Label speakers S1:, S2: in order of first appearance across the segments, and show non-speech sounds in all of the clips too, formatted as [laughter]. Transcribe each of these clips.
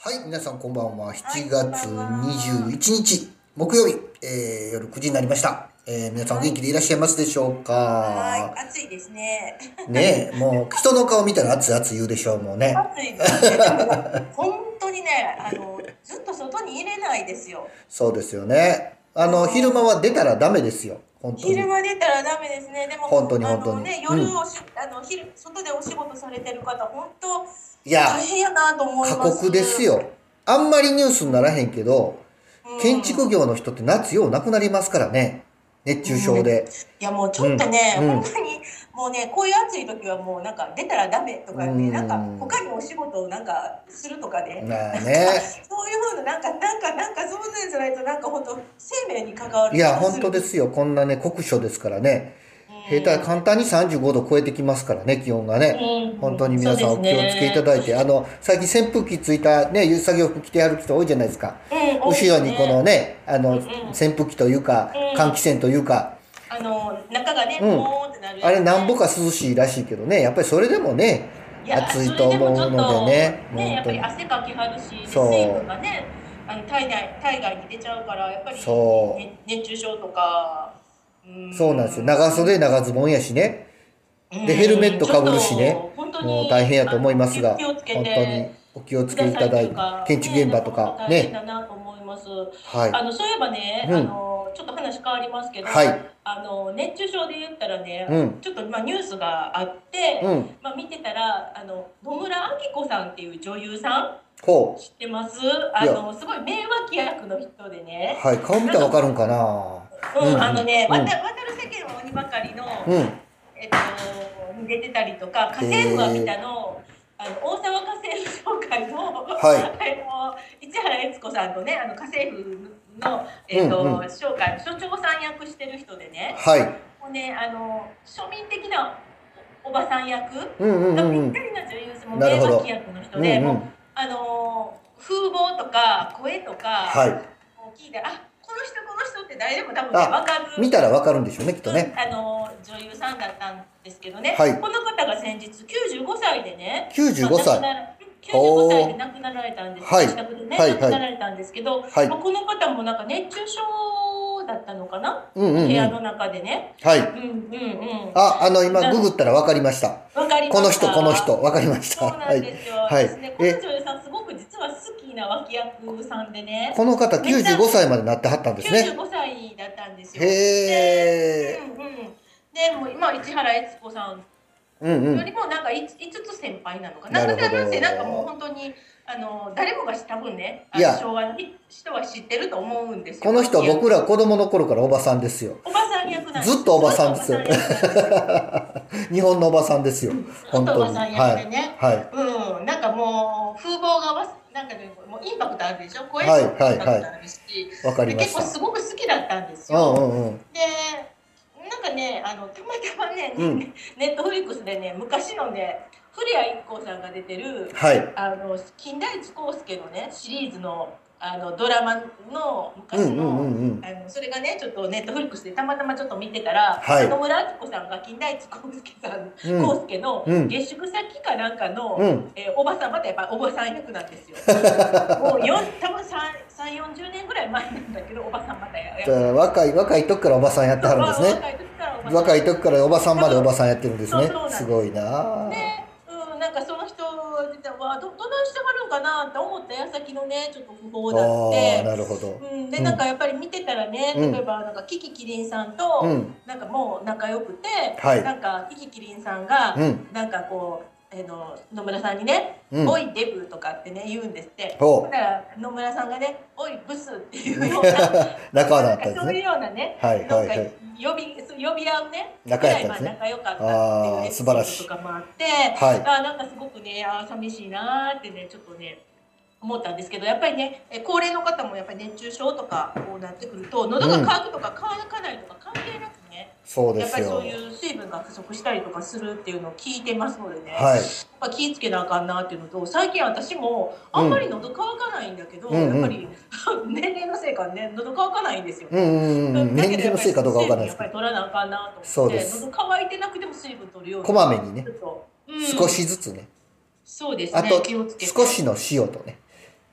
S1: はい、皆さんこんばんは。7月21日、木曜日、えー夜9時になりました。えー皆さんお元気でいらっしゃいますでしょう
S2: は
S1: か
S2: い、暑いですね。
S1: ねえ、もう人の顔見たら熱々言うでしょう、もうね。
S2: 暑いで
S1: [laughs]
S2: すね。本当にね、あの、ずっと外に入れないですよ。
S1: そうですよね。あの、昼間は出たらダメですよ。本当に。
S2: 昼間出たらダメですね。でも、
S1: 本当に
S2: あの
S1: 本当に
S2: ね、
S1: うん
S2: 夜をし、あの、昼、外でお仕事されてる方、本当。
S1: いや、
S2: 大変やなと思い
S1: 過
S2: ます。
S1: 酷です。よ。あんまりニュースにならへんけど、
S2: うん
S1: 建築業の人って夏ようなくなりますからね。熱中症で。
S2: いや、もうちょっとね、
S1: うんうん
S2: 本当に、もうね、こういう暑い時は、もうなんか出たらダメとかね、
S1: うん
S2: なんか。他にお仕事をなんか、するとかで、
S1: まあね。
S2: そういうふうな、なんか、なんか、なんか、そうなんじゃないと、なんか、本当。生命に関わる。
S1: いや、本当ですすよ。こんなね、酷暑ですからね。
S2: る。
S1: 下手、簡単に35度超えてきますからね、気温がね。本当に皆さんお気をつけいただいて、あの、最近扇風機ついたね、作業服着てやる人多いじゃないですか。
S2: うん
S1: 後ろにこのね、あの、
S2: うん
S1: 扇風機というか、
S2: うん
S1: 換気扇というか、
S2: あの中がね、
S1: うん
S2: ポーンってなるやつ
S1: あれなんぼか涼しいらしいけどね、やっぱりそれでもね、
S2: や
S1: 暑いと思うのでね
S2: それもち
S1: 本
S2: ょっとねやっ
S1: 当
S2: ぱ
S1: に
S2: り汗かきはるしで水
S1: そう
S2: 分がねあの体内体外に出ちゃうからやっぱり、
S1: そう
S2: ね熱中症とかうん
S1: そうなんですよ。長袖長ズボンやしね。で、ヘルメットかぶるしね
S2: うんちょっと本当に
S1: もう大変やと思いますが、
S2: あの気をつけて
S1: 本当にお気をつけいただいて
S2: くさ、という
S1: 建築現場とか
S2: ね大
S1: ね、
S2: 変だなと思います、
S1: はい。
S2: あのそういえばね、
S1: うん
S2: あのちょっと話変わりますけど、
S1: はい
S2: あの熱中症で言ったらね、
S1: うん
S2: ちょっとまあニュースがあって、
S1: うん、
S2: まあ、見てたらあの野村明子さんっていう女優さん
S1: こ
S2: 知ってますあのすごい名脇役の人で
S1: う。
S2: ね、
S1: はい、顔見たらわかるんかな。
S2: うん
S1: うん
S2: あのね、
S1: うん
S2: 渡渡る世間は鬼ばかりの、
S1: うん。
S2: えっと、に出てたりとか家政婦は見たの,、あの大沢家政婦商会の,、あの市原悦子さんとねあの家政婦の、えっと
S1: うんう
S2: 商会所長さん役してる人でね
S1: はい。
S2: もうねあの庶民的なおおばさん役
S1: うんうん
S2: が
S1: う
S2: ぴ
S1: ん
S2: ったりな女優さんも
S1: なる
S2: 名
S1: ほど
S2: 脇役の人
S1: うん。
S2: で、
S1: うんう。
S2: もうんあのー風貌とか声とか、
S1: はい。
S2: もう聞いてあこの人この人って誰でも多分
S1: あ
S2: ね分かる
S1: 見たらわかるんでしょうね、きっとね。
S2: あのー女優さんだったんですけどね、
S1: はい
S2: この方が先日95歳でね
S1: 95歳。
S2: まあ
S1: おー
S2: 亡くなら95歳で亡くなられたんです
S1: はい
S2: 自宅でね、
S1: はい
S2: 亡くなられたんですけど、
S1: はい
S2: まあ、この方もなんか熱中症だったのかな、
S1: うんうんう
S2: 部
S1: ん。
S2: 屋
S1: は
S2: の中でね、
S1: い。
S2: うんうんうん、わ
S1: あ、あの、今、ググったらわかりました。
S2: かりま
S1: この
S2: した
S1: 人、この人、わかりました。
S2: そう
S1: は
S2: なん
S1: い。
S2: ですよ、
S1: はい
S2: ですねこ
S1: え
S2: の女優さんすごく実は好きな脇役さんでね
S1: この方、95歳までなってはったんですね。
S2: 95歳だったんですよ
S1: へ
S2: で,、うんうん、でもう今市原悦子さん
S1: ー。うんう
S2: よ
S1: ん。
S2: りもなんか 5, つ先輩なのか
S1: なる
S2: な
S1: ほど
S2: 私はなんせなんかもう本当にあの誰もが知多分ねあ
S1: いや
S2: の昭和の人は知ってると思うんですよ
S1: この人、僕ら子供の頃からおばさんですよ。
S2: おばさん役なんです
S1: ずっとおばさんですよ
S2: ずっとおばさん役なんで
S1: 日本のおばさんですよ。
S2: すずっ
S1: 本
S2: とお
S1: 当
S2: ば
S1: に。
S2: さん
S1: は
S2: 役で
S1: い。
S2: ね、
S1: はい。
S2: うん、なんかもう風貌がわすなんかねもうインパクトあるでしょ声
S1: はい
S2: もインパクトあるし、
S1: わかり
S2: で
S1: ま
S2: 結
S1: し
S2: 構
S1: た。
S2: すごく好きだったんです
S1: うん
S2: よ。
S1: うんうん。
S2: でなんかねあのたまたまね、
S1: うん
S2: ネットフリックスでね昔のね古谷一行さんが出てる
S1: はい。
S2: あの金田一耕助のねシリーズのあのドラマの
S1: う
S2: 昔の。
S1: んうんうんうん。
S2: あのそれがねちょっとネットフリックスでたまたまちょっと見てたら、
S1: はい
S2: 野村明子さんが金田一耕助さん
S1: うん
S2: 康介の
S1: うん
S2: 下宿先かなんかの、
S1: うん
S2: えーおばさんまたやっぱおばさん役なんですよ
S1: [laughs]
S2: もうよん多分3 4 0年ぐらい前なんだけどおばさんまたや
S1: じゃあ若い若い時からおばさんやってはるんですね。
S2: 若い時からおばさん
S1: 若い時からおばさんまでおばさんやってるんですね
S2: そうそうなん。です
S1: すごいな。
S2: で、うん、なんかその人出てわどどないしてはるんかなと思った矢先のねちょっと不
S1: あ
S2: 法だっ
S1: あ
S2: て。
S1: なるほど。
S2: うん、
S1: う
S2: で
S1: ん
S2: なんかやっぱり見てたらね、
S1: うん
S2: 例えばなんかキキキリンさんと、
S1: うん
S2: なんかもう仲良くて、
S1: はい
S2: なんかキキキリンさんが、
S1: うん
S2: なんかこう、えの野村さんにね、
S1: うん。
S2: おいデブとかってね言うんですって。
S1: ほ。
S2: だから野村さんがね、おいブスっていううよう
S1: [laughs]
S2: な、
S1: 仲だ
S2: な
S1: ったん
S2: んか
S1: です
S2: そういう
S1: ね。
S2: ようなね、
S1: はい
S2: な
S1: は
S2: ん
S1: い
S2: か
S1: はい。
S2: 呼び呼び合うね、
S1: 仲良かったんですね
S2: ぐらいまあ仲良かったってい
S1: あ
S2: うエピソ
S1: ー素晴ら
S2: ー
S1: しい
S2: ドとかもあって、
S1: はい
S2: あーなんかすごくね、あー寂しいなーってね、ちょっとね。思ったんですけどやっぱりねえ高齢の方もやっぱり熱中症とかこうなってくると喉が渇くとか渇かないとか関係なくね、
S1: そうで
S2: やっぱ
S1: す
S2: り
S1: よ
S2: そうい。う水分が不足したりとかするっていうのを聞いてますのでね、
S1: はい。
S2: やっぱ気ぃつけなあかんなっていうのと最近私もあんまり喉乾かないんだけど、
S1: うんうんうん
S2: やっぱり [laughs] 年齢のせいかね喉乾かないんですよ。
S1: うんうんうん。
S2: だ
S1: 年
S2: けど
S1: 齢のせいかどうかわからないで
S2: やっ
S1: す
S2: ぱ
S1: け
S2: り
S1: ど、
S2: 取らなあかんなと
S1: そ
S2: 思
S1: う
S2: って
S1: です
S2: 喉乾いてなくても水分取るように
S1: こまめにね
S2: ちょっと、うん
S1: 少しずつね。
S2: そうですね
S1: あと
S2: 気をつけて
S1: 少しの塩とね。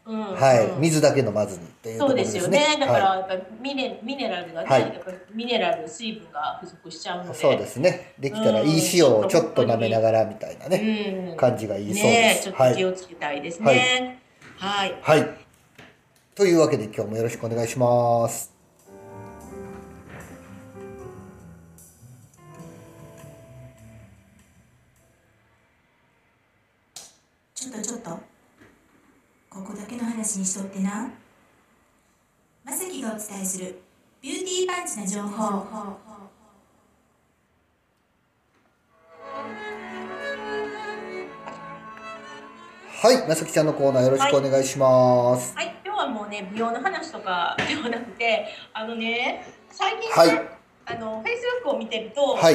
S2: うんうん
S1: はい、水だけ飲まずにっていうとこ
S2: そ
S1: ろ
S2: うで
S1: ですす
S2: よ
S1: ね。
S2: ね。だか
S1: は
S2: らやっぱミネミネラルがね、
S1: はい
S2: やっぱミネラル水分が不足しちゃうの
S1: い、
S2: で。
S1: そうですね。できたらいい塩をちょっと舐めながらみたいなね、
S2: うん。
S1: 感じがいいそうで
S2: ねえ、
S1: す。
S2: ちょっ
S1: は
S2: と気
S1: い、
S2: をつけたいですね。はい。
S1: はい。というわけで今日もよろしくお願いします。
S3: ちょっとちょっと。ここだけの話にしとってな。まさきがお伝えするビューティーパンチな情報。
S1: はい、まさきちゃんのコーナーよろしくお願いします。
S2: はい、今日はもうね美容の話とかではなくてあのね最近、
S1: はい
S2: あのフェイスブックを見てると、
S1: はい、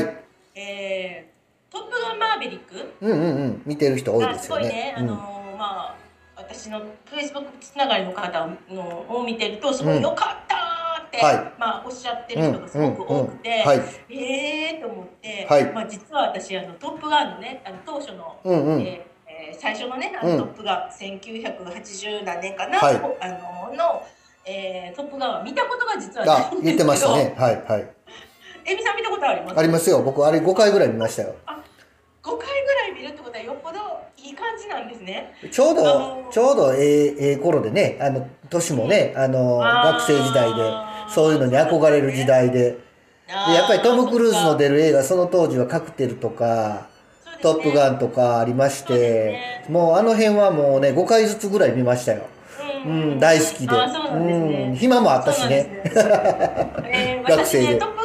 S2: えートップガンマーベリック
S1: うんうんうん、見てる人多い
S2: が
S1: ですす
S2: ご
S1: よ
S2: いね
S1: ね。
S2: あ
S1: うん
S2: のーまあ私のフェイスブックつながりの方のを見てるとすご
S1: うん
S2: い良かったって、
S1: はい
S2: まあおっしゃって
S1: う
S2: る
S1: ん
S2: 人がすごく
S1: うん
S2: 多くて、
S1: はい、
S2: えーと思って、
S1: はい
S2: まあ実は私あのトップガンのねあの当初の
S1: うんうん、
S2: えーえー最初のね、あの
S1: うん
S2: トップガン1980何年かな、
S1: はい
S2: あのの、えートップガンは見たことが実は
S1: あ
S2: ない、んですけど
S1: 言ってました
S2: [laughs]
S1: ね。はいはい。
S2: えみさん見たことあります
S1: ありますよ。僕あれ5回ぐらい見ましたよ。
S2: 5回ぐらい見るってことはよっぽどいい感じなんですね。
S1: ちょう
S2: あ
S1: ど
S2: の
S1: ちょうどええええ頃でね、あの年もね、あの
S2: あー
S1: 学生時代でそういうのに憧れる時代で、
S2: あ
S1: で
S2: ー
S1: やっぱりトムクルーズの
S2: そうか
S1: 出る映画その当時はカクテルとか。トップガンとかありまし
S2: そうで
S1: て
S2: すね、
S1: もうあの辺はもうね、5回ずつぐらい見ましたよ。
S2: そうです
S1: う
S2: ね
S1: ん、大好きで。
S2: あーそうなんですね。
S1: うん、暇もあった
S2: そ
S1: し
S2: うなんです
S1: ね。 [laughs]
S2: ね。えー、
S1: 学
S2: 私
S1: 生で
S2: ね、トップガン、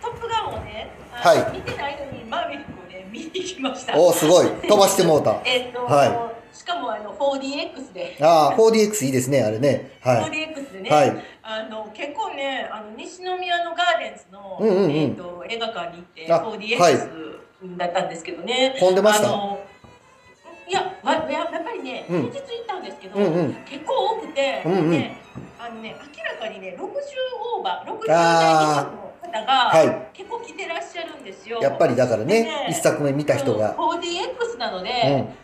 S2: トップガンをね、あの
S1: は
S2: 見てないのにマーヴェリックをね見に行きました。
S1: おーすごい。飛ばしてもうた。
S2: えっと、
S1: は
S2: しかもあの 4DX で、
S1: ああ、4DX いいですね、あれね。はい。
S2: 4DX でね、
S1: はい。
S2: あの結構ねあの西宮のガーデンズの、
S1: うんうんうん
S2: えー、と映画館に行って
S1: あ
S2: 4DX だったんですけどね。
S1: 混んでまし
S2: あ
S1: た。
S2: のいやわややっぱりね、
S1: うん
S2: 平日行ったんですけど、
S1: うんうん
S2: 結構多くて、
S1: うんうん
S2: ねあのね明らかにね60オーバー60代以
S1: あ
S2: 上の方が、
S1: は
S2: 結構来てらっしゃるんですよ。
S1: やっぱりだから
S2: で
S1: ね、一作目見た人が。
S2: うん 4DX なので、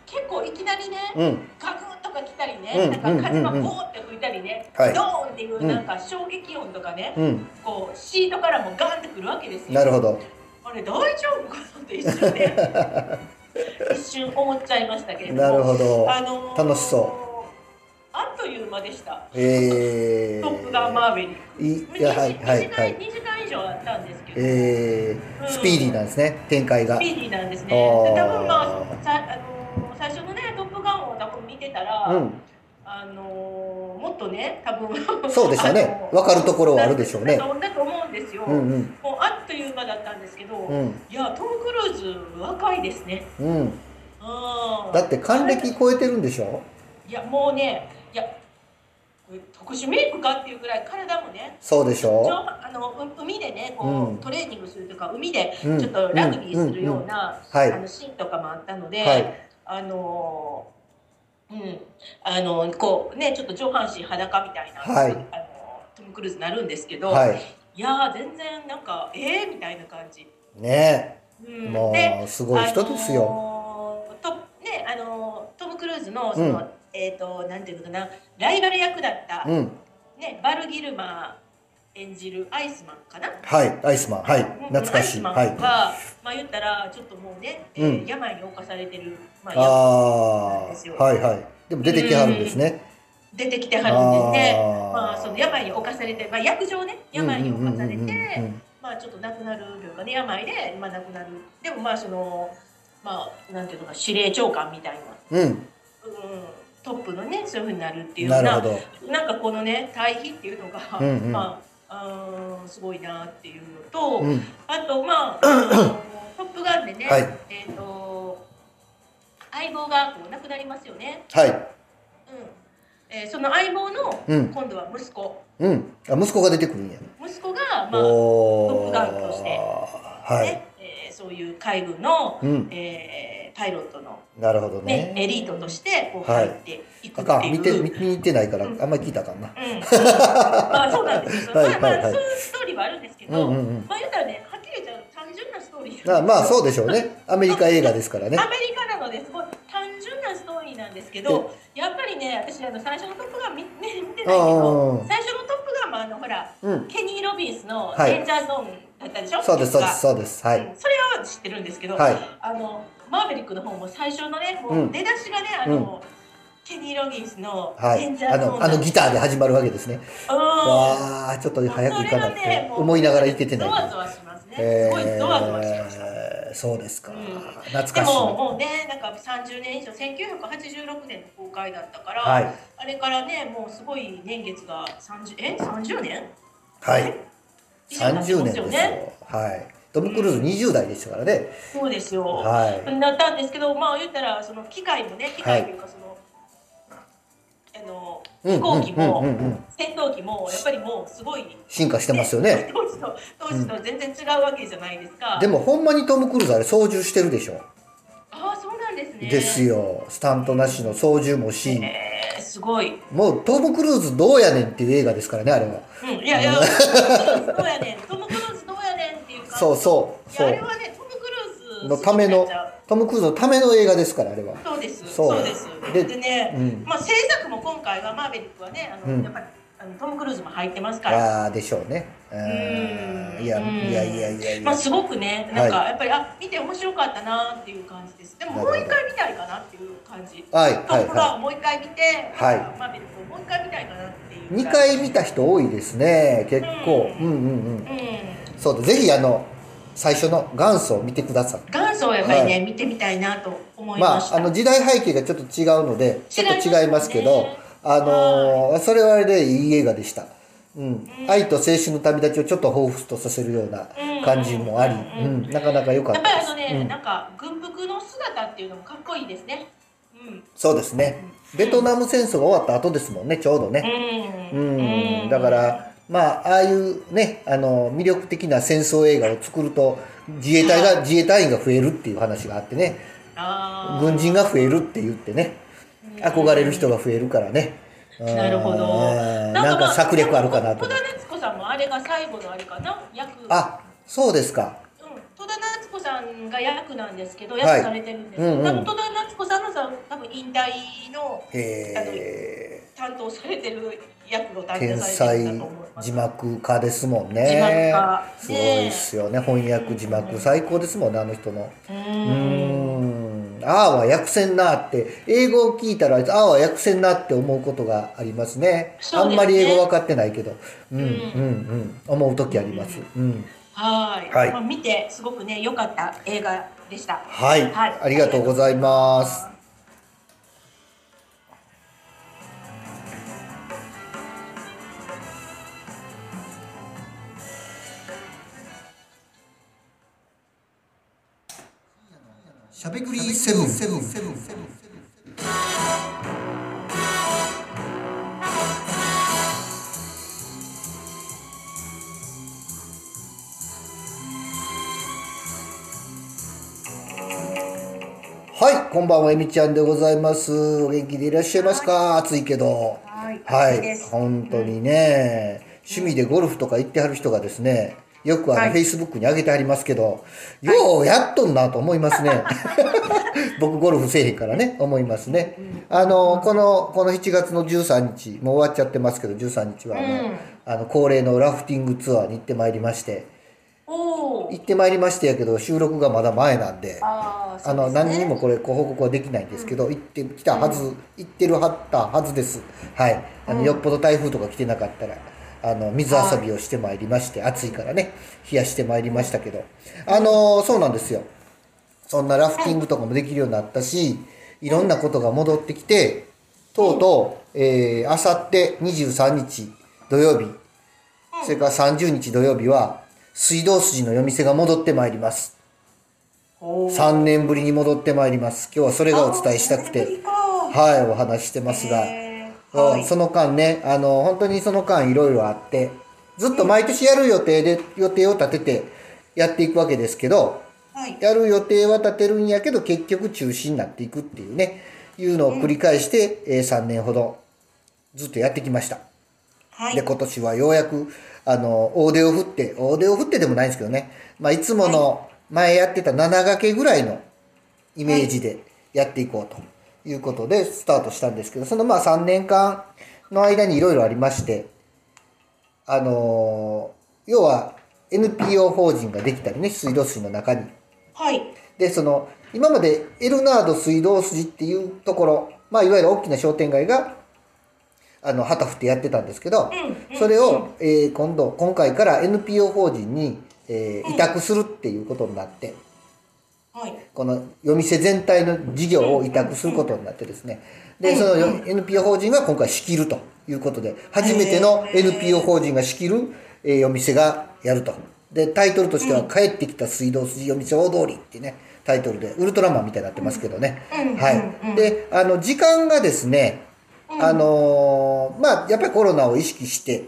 S1: う
S2: 結構いきなりね、
S1: ん。うん。
S2: ガクンとか来たりね、
S1: うん
S2: なんか風が
S1: うんうんうん
S2: ボーって吹いたりね、
S1: はい
S2: ドーンっていうなんか衝撃音とかね、
S1: うん。
S2: こうシートからもガンってくるわけですよ。
S1: なるほど。
S2: あれ大丈夫かなって一瞬ね
S1: [laughs]
S2: 一瞬思っちゃいましたけれども。
S1: なるほど。
S2: あのー
S1: 楽し
S2: あっという間でした。
S1: えー。
S2: トップガンマーヴェリック。
S1: いい
S2: 2
S1: や、はい、
S2: 時間
S1: はい、はい。
S2: 2時間以上あったんですけど、
S1: えー、スピーディーなんですね、展開が
S2: スピ。ーディーなんですね。
S1: あー
S2: で多分まあさあのー最初のねトップガンを多分見てたら。
S1: うん。
S2: あのーもっとね多分
S1: そうでしたね。わかるところはあるでしょうね。
S2: だだと思うんですよ、
S1: うんうん。
S2: もうあっという間だったんですけど、
S1: う
S2: い
S1: ん。
S2: やトム・クルーズ若いですね
S1: うん。
S2: うん
S1: だって還暦超えてるんでしょ
S2: いやもうねいやこれ特殊メイクかっていうぐらい体もね
S1: そうでし
S2: ちょ
S1: ょ
S2: あのう海でねこう、
S1: うん
S2: トレーニングするとか海で
S1: うん
S2: ちょっとラグビーするような、
S1: うんうんうんはい
S2: あのシーンとかもあったので、
S1: はい
S2: あのーうん、あのこうねちょっと上半身裸みたいな、
S1: はい
S2: あのトム・クルーズになるんですけど、、
S1: はい
S2: やー全然なんかえーみたいな感じ。
S1: いね
S2: う
S1: え
S2: ん、
S1: も
S2: で
S1: うすごい人ですよ、
S2: あのーとねあのートム・クルーズのその、
S1: うん
S2: えっ、となんていうのかなライバル役だった、
S1: うん
S2: ねバルギルマー演じるアイスマンかな。
S1: はいアイスマンはい懐かしい
S2: アイスマン
S1: は
S2: が、
S1: い
S2: まあ言ったらちょっともうね、え
S1: うん
S2: ー、病に侵されてる、ま
S1: あ
S2: あ、
S1: あはいはいでも出てきはるんですね
S2: 出てきて
S1: あ
S2: はるんですね。まあその病に侵されて、まあ薬状ね病に侵されて。まあちょっと亡くなるというかね病で、まあ、亡くなるでもまあそのまあなんていうのか司令長官みたい
S1: う
S2: な、
S1: んうん
S2: うん、トップのねそういうふうになるっていうよ
S1: な
S2: う
S1: る
S2: な
S1: ほど
S2: なんかこのね対比っていうのが、
S1: うんうん
S2: まあうーんすごいなっていうのと、
S1: うん
S2: あ
S1: [coughs]
S2: とまあ「あのトップガン」でね、
S1: はい
S2: えっ、と相棒がこう亡くなりますよね。
S1: はい
S2: うんえーその相棒の
S1: うん
S2: 今度は息子
S1: うんあ息子が出てくるんや
S2: 息子が、まあね
S1: おお
S2: トップガンとして
S1: はい
S2: えーそういう海軍の
S1: うん
S2: えーパイロットの、
S1: なるほど
S2: ね
S1: ね
S2: エリートとしてこう
S1: は
S2: 入
S1: い
S2: っていく
S1: あ
S2: って
S1: かん
S2: い
S1: 見て
S2: う。
S1: 見見に行ってないから
S2: うん
S1: あんまり聞いたらあかんな [laughs]
S2: うん、まあそうなんですよ。まあ、まあ
S1: はいはいはい
S2: そういうストーリーはあるんですけ
S1: うん
S2: ど、
S1: うんうん
S2: まあ言うたらね、はっきり言っちゃうと単純なストーリー
S1: あ
S2: なんですよ
S1: まあそうでしょうねアメリカ映画ですからね
S2: アメリカなのですごい単純なストーリーなんですけど、やっぱりね、私あの30最初のトップが見,、ね、見てないけど最初のトップが、まあ、あのほら、
S1: うん
S2: ケニー・ロビンスの
S1: はい
S2: デンジャーゾーンだったでしょ、
S1: そうですそうで
S2: 曲が
S1: すそうですは
S2: う
S1: い
S2: んそれは知ってるんですけど、
S1: はい
S2: あのマーベリックの方も最初のね
S1: う
S2: も
S1: ん
S2: う出だしがね、あの、ケニー・ロギンスの「
S1: は
S2: デンジ
S1: い
S2: ャ
S1: あ
S2: ーゾーン
S1: のあのギターで始まるわけですね
S2: うん
S1: わあちょっと早く行かなく
S2: それが
S1: て
S2: ねもう
S1: 思いながら行けてない
S2: ゾワゾワしますね、
S1: え
S2: すごいゾワゾワしました
S1: ーそうですか、
S2: うん
S1: 懐かしい
S2: でももうねなんか30年以上1986年の公開だったから、
S1: はい
S2: あれからねもうすごい年月が30え30年
S1: はい
S2: 以上経って
S1: 30年
S2: ま
S1: ですす
S2: よ
S1: よ
S2: ね
S1: はいトム・クルーズ20代でしたからね、
S2: そうですよ、
S1: はい
S2: なったんですけどまあ言ったらその機械もね機械というかその、あの
S1: うん
S2: 飛行機も
S1: うんうんうんうん
S2: 戦闘機もやっぱりもうすごい
S1: 進化してますよね
S2: 当時と当時と全然違うわけじゃないですか。
S1: でもほんまにトム・クルーズあれ操縦してるでしょ、
S2: ああそうなんですね。
S1: ですよスタントなしの操縦もし、
S2: えー、すごい。
S1: もうトム・クルーズどうやねんっていう映画ですからねあれは
S2: うんいやいや。トムクルーズどう
S1: [laughs]
S2: やねん。トムクルーズどうやねんっていうか。
S1: そうそう
S2: い
S1: そ
S2: やあれ
S1: う
S2: はねトムクルーズ
S1: のための
S2: 好きになっちゃう
S1: トム・クルーズのための映画ですからあれは
S2: そうです。
S1: そう
S2: そうです。
S1: で
S2: でね、
S1: うん
S2: まあ制作も今回はマーベリックはねあの、
S1: うん
S2: やっぱりあのトムクルーズも入ってますから。
S1: ああでしょうねうん
S2: うん
S1: いや
S2: うん
S1: いやいやいやい
S2: まあ
S1: や
S2: すごくね、なんかやっぱり、あ見て面白かったなっていう感じです。でも
S1: なる
S2: もう
S1: ほど
S2: 一回見たいかなっていう感じ。
S1: はい
S2: ト
S1: はい
S2: ップガ
S1: は
S2: ンもう一回見て、
S1: はい
S2: マーベリックもう一回見たいかなっていう。
S1: い2回見た人多いですね結構う
S2: うん
S1: うんうん
S2: うん。
S1: そうだぜひあの最初の元祖を見てください
S2: 元祖をやっぱりね、
S1: は
S2: 見てみたいなと思い
S1: ま
S2: まし
S1: あ
S2: た。
S1: あの時代背景がちょっと違うのでちょっと違いますけど
S2: 違いますね
S1: あのーそれはあれでいい映画でした、うん、愛と青春の旅立ちをちょっと彷彿とさせるような感じもあり、
S2: うん
S1: うんなかなか良かっ
S2: や
S1: た
S2: っ
S1: で
S2: ぱりあ
S1: す
S2: のね、
S1: うん
S2: なんか軍服の姿っていうのもかっこいいですね。うん。
S1: そうですねベトナム戦争が終わった後ですもんねちょうどね
S2: う。
S1: うんん、だからまあああいうねあの魅力的な戦争映画を作ると自衛隊が自衛隊員が増えるっていう話があってね
S2: あー
S1: 軍人が増えるって言ってね憧れる人が増えるからね、うん
S2: なるほど。
S1: なんか策略あるかなと
S2: 戸田夏子さんもあれが最後のあれかな役。
S1: あそうですか
S2: うん、戸田夏子さんが役なんですけど、
S1: はい
S2: 役されてるんですけど、
S1: うんうん
S2: 多分戸田夏子さんのさ多分引退の
S1: へえ
S2: 担当されてる役を担
S1: 天
S2: 当され
S1: 才
S2: てるんだと思います。
S1: 字幕家ですもん
S2: 字幕
S1: ね
S2: 家
S1: すごいですよね翻訳字幕最高ですもんねあの人のう
S2: うーん。
S1: ーんああは訳せんなって英語を聞いたらああは訳せんなって思うことがありますね
S2: そう
S1: あ
S2: ですね
S1: んまり英語分かってないけどうんうんう
S2: ん
S1: ん思う時ありますうん
S2: はい。
S1: はい
S2: まあ、見てすごくね良かった映画でした。
S1: はい
S2: はい
S1: ありがとうございますしゃべくりセブンセブンセブンセブンはい、こんばんは、えみちゃんでございます。お元気でいらっしゃいますか暑いけど。
S2: はい暑い
S1: はい
S2: で、す
S1: 本当にね、趣味でゴルフとか行ってはる人がですね、よくあの、
S2: はい
S1: フェイスブックに上げてはりますけど、ようやっとんなと思います
S2: [laughs]
S1: ね。僕、ゴルフせえへんからね、思いますね。あの、この、この7月の13日、もう終わっちゃってますけど、13日はあの、
S2: うん
S1: あの恒例のラフティングツアーに行ってまいりまして、
S2: おお
S1: 行。ってまいりましてやけど、収録がまだ前なんで、
S2: あー
S1: あの、
S2: そうですね
S1: 何にもこれご報告はできないんですけど、行ってきたはず、行ってるはったはずです。はい。あの、よっぽど台風とか来てなかったら、あの、水遊びをしてまいりまして、暑いからね、冷やしてまいりましたけど。あの、そうなんですよ。そんなラフティングとかもできるようになったし、いろんなことが戻ってきて、とうとう、えー、あさって23日土曜日、それから30日土曜日は、水道筋の夜店が戻ってまいります。
S2: おー
S1: 3年ぶりに戻ってまいります今日はそれがお伝えしたく
S2: あー
S1: て
S2: そうか
S1: はいお話ししてますが、
S2: へー
S1: うん
S2: はい
S1: その間ねあの本当にその間いろいろあってずっと毎年やる予定で予定を立ててやっていくわけですけど
S2: はい
S1: やる予定は立てるんやけど結局中止になっていくっていうねいうのを繰り返して、えー3年ほどずっとやってきました。
S2: はい
S1: で今年はようやくあの大手を振って大手を振ってでもないんですけどね、まあ、いつもの前やってた7掛けぐらいのイメージでやっていこうということでスタートしたんですけど、そのまあ3年間の間にいろいろありまして、あのー要は NPO 法人ができたりね、水道水の中に。
S2: はい。
S1: で、その、今までエルナード水道筋っていうところ、まあいわゆる大きな商店街が、あの、旗振ってやってたんですけど、
S2: うんうん
S1: それを、えー今度、今回から NPO 法人に、えー
S2: うん
S1: 委託するっていうことになって、
S2: はい。
S1: この夜店全体の事業を委託することになってですね。で、
S2: うん
S1: そのよ NPO 法人が今回仕切るということで、初めての
S2: へー
S1: NPO 法人が仕切る、えー夜店がやると。で、タイトルとしては、
S2: うん
S1: 帰ってきた水道筋夜店大通りってね、タイトルで、ウルトラマンみたいになってますけどね。
S2: うんうん
S1: は
S2: う
S1: い。
S2: ん
S1: で、あの、時間がですね、
S2: うん
S1: あのーまあ、やっぱりコロナを意識して、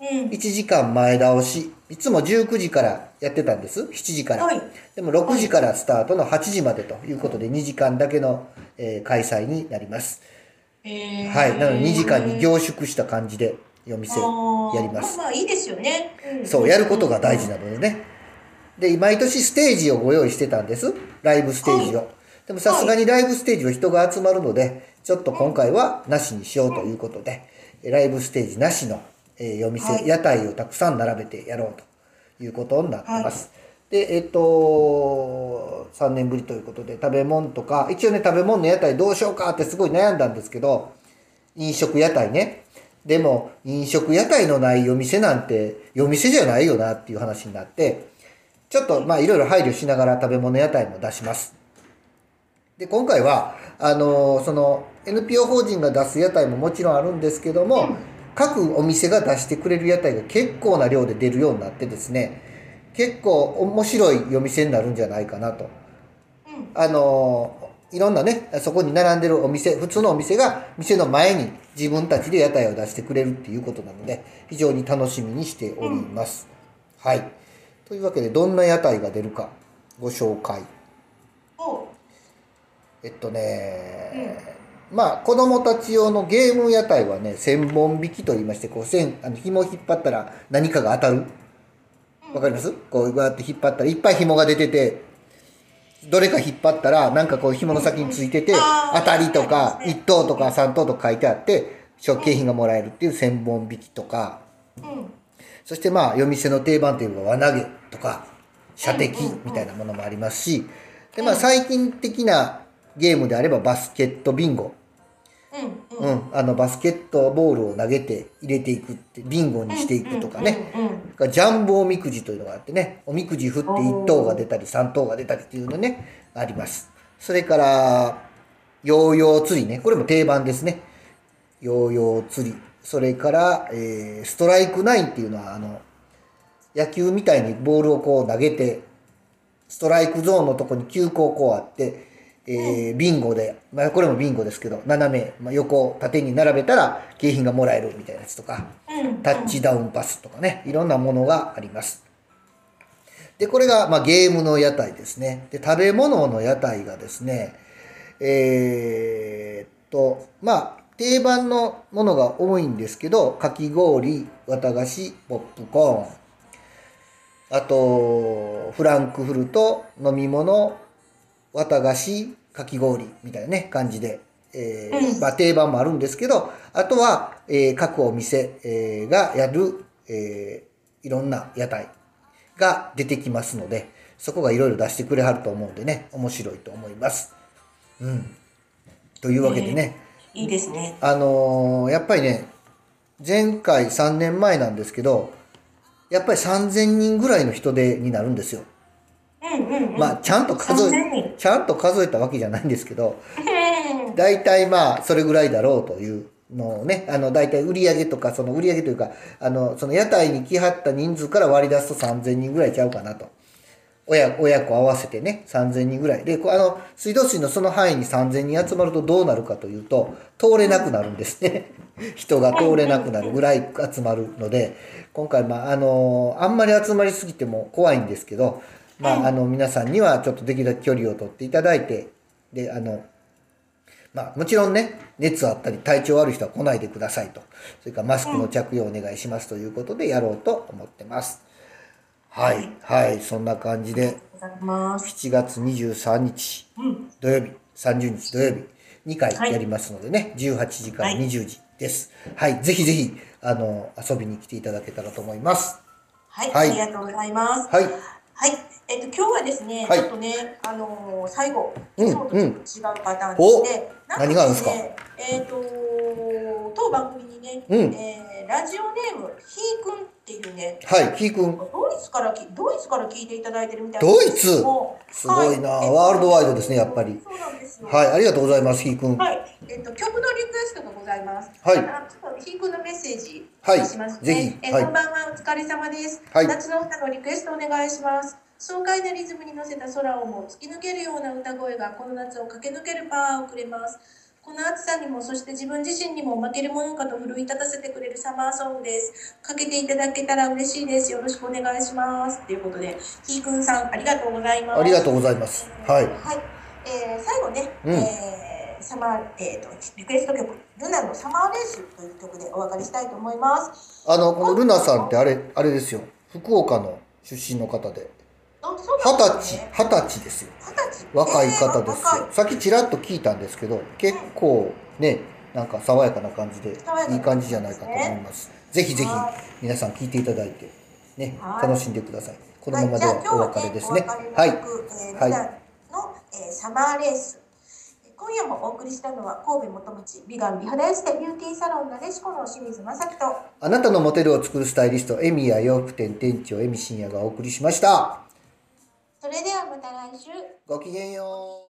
S2: うん。
S1: 1時間前倒しいつも19時からやってたんです7時から、
S2: はい
S1: でも6時からスタートの8時までということで2時間だけの、えー開催になります、
S2: えー
S1: はいなので2時間に凝縮した感じで夜店やります
S2: あーまあまあいいですよね。ん
S1: そうやることが大事なのでねで毎年ステージをご用意してたんですライブステージを、でもさすがにライブステージは人が集まるのでちょっと今回はなしにしようということで、ライブステージなしの、えー夜店、
S2: はい
S1: 屋台をたくさん並べてやろうということになってます、でえっと3年ぶりということで食べ物とか一応ね食べ物の屋台どうしようかってすごい悩んだんですけど飲食屋台ねでも飲食屋台のない夜店なんて夜店じゃないよなっていう話になってちょっとまあいろいろ配慮しながら食べ物屋台も出しますで今回はあのーその NPO 法人が出す屋台ももちろんあるんですけども、各お店が出してくれる屋台が結構な量で出るようになってですね結構面白い夜店になるんじゃないかなと
S2: うん
S1: あのーいろんなねそこに並んでるお店普通のお店が店の前に自分たちで屋台を出してくれるっていうことなので非常に楽しみにしております、はいというわけでどんな屋台が出るかご紹介
S2: お
S1: えっとね、まあ子供たち用のゲーム屋台はね千本引きと言いましてこう線あの紐を引っ張ったら何かが当たるわかりますこうやって引っ張ったらいっぱい紐が出ててどれか引っ張ったらなんかこう紐の先についてて
S2: うんあー
S1: 当たりとか
S2: そうで
S1: 1
S2: すね
S1: 等とか3等とか書いてあって食景品がもらえるっていう千本引きとか
S2: うん
S1: そしてまあ夜店の定番といえば輪投げとか射的みたいなものもありますしでまあ最近的なゲームであればバスケットビンゴ、
S2: うんうん。
S1: うん、あのバスケットボールを投げて入れていくってビンゴにしていくとかね、
S2: うんうん
S1: がジャンボおみくじというのがあってねおみくじ振って1等が出たり3等が出たりっていうのねありますそれからヨーヨー釣りねこれも定番ですねヨーヨー釣りそれから、えーストライクナインっていうのはあの野球みたいにボールをこう投げてストライクゾーンのとこに球個こうあって、えービンゴで、まあ、これもビンゴですけど斜め、まあ、横縦に並べたら景品がもらえるみたいなやつとか
S2: うんうん。
S1: タッチダウンパスとかね、いろんなものがあります。で、これが、まあ、ゲームの屋台ですね。で、食べ物の屋台がですね、えーっと、まあ、定番のものが多いんですけど、かき氷、綿菓子、ポップコーン、あと、フランクフルト、飲み物、綿菓子、かき氷みたいなね、感じで、えー
S2: うん
S1: まあ、定番もあるんですけど、あとは、えー各お店、えーがやる、えーいろんな屋台が出てきますので、そこがいろいろ出してくれはると思うんでね、面白いと思います。うん。というわけでね、
S2: いいですね。
S1: あのーやっぱりね、前回3年前なんですけど、やっぱり3000人ぐらいの人出になるんですよ。
S2: うんうんうん。
S1: まあ、ちゃんと数
S2: 3000人
S1: え、ちゃんと数えたわけじゃないんですけ
S2: [laughs]
S1: ど、
S2: うん
S1: 大体まあそれぐらいだろうというのをねあの大体売り上げとかその売り上げというかあのその屋台に来はった人数から割り出すと3,000人ぐらいちゃうかなと親親子合わせてね3,000人ぐらいでこうあの水道水のその範囲に3,000人集まるとどうなるかというと通れなくなるんですね [laughs] 人が通れなくなるぐらい集まるので今回まああのあんまり集まりすぎても怖いんですけどまああの皆さんにはちょっとできるだけ距離をとっていただいてであのまあ、もちろんね、熱あったり体調悪い人は来ないでくださいと。それからマスクの着用お願いしますということでやろうと思ってます。はい、はい、そんな感じで、
S2: ございます。
S1: 7月23日
S2: うん。
S1: 土曜日、30日土曜日、 2回やりますのでね、18時から20時です。はい、ぜひぜひ、あの、遊びに来ていただけたらと思います。
S2: はい、
S1: はい
S2: ありがとうございます。
S1: はい、
S2: はい、えっと今日はですね、
S1: はい
S2: ちょっとね、あのー最後、
S1: うん
S2: いつもとちょっと違うパターンでして、な
S1: 何があるんですか
S2: ねえっ、と当番組にね、
S1: うん
S2: えーラジオネームひーくんっていうね、
S1: はい、ひーくん。
S2: ドイツからきドイツから聞いていただいてるみたいな。
S1: ドイツ
S2: もう
S1: すごいな
S2: はえっと
S1: ワールドワイドですねやっぱり
S2: そうなんですよ。
S1: はい、ありがとうございます、ひーくん。
S2: はい、えっと曲のリクエストがございます。
S1: はい
S2: あちょっとひーくんのメッセージ
S1: はい
S2: 出しますね。
S1: ぜひ
S2: え
S1: はい
S2: こんばんはお疲れ様です。
S1: はい
S2: 夏の歌のリクエストお願いします。爽快なリズムに乗せた空をも突き抜けるような歌声がこの夏を駆け抜けるパワーをくれます。この暑さにもそして自分自身にも負けるものかと奮い立たせてくれるサマーソングです。かけていただけたら嬉しいです。よろしくお願いします。ということで、ひーくんさんありがとうございます。
S1: ありがとうございます。はい。
S2: えー最後ね、
S1: うん
S2: えーサマー、えーと、リクエスト曲、ルナのサマーレースという曲でお別れしたいと思います。
S1: あの、このルナさんってあれ、あれですよ。福岡の出身の方で。
S2: あそう
S1: 二
S2: なん
S1: 十
S2: で
S1: 歳
S2: すね、
S1: 二十歳ですよ。
S2: 二十歳。
S1: 若い方で
S2: えー
S1: す
S2: 若い
S1: よ。さっきちらっと聞いたんですけど、結構ね、なんか爽やかな感じで
S2: 爽やかな感じです、ね
S1: いい感じじゃないかと思います。ぜひぜひ
S2: は、
S1: 皆さん聞いていただいて、ね、
S2: はい
S1: 楽しんでください。このままではお別れですね。
S2: は、
S1: はいい
S2: じゃあ。今日は
S1: はい
S2: ねお別れの曲、えールナの、えーサマーレース。今夜もお送りしたのは神戸元町美顔美肌エステビューティーサロンなでしこの清水正樹と
S1: あなたのモテルを作るスタイリスト、エミや洋服店店長、エミ深也がお送りしました。
S2: それではまた来週
S1: ごきげんよう。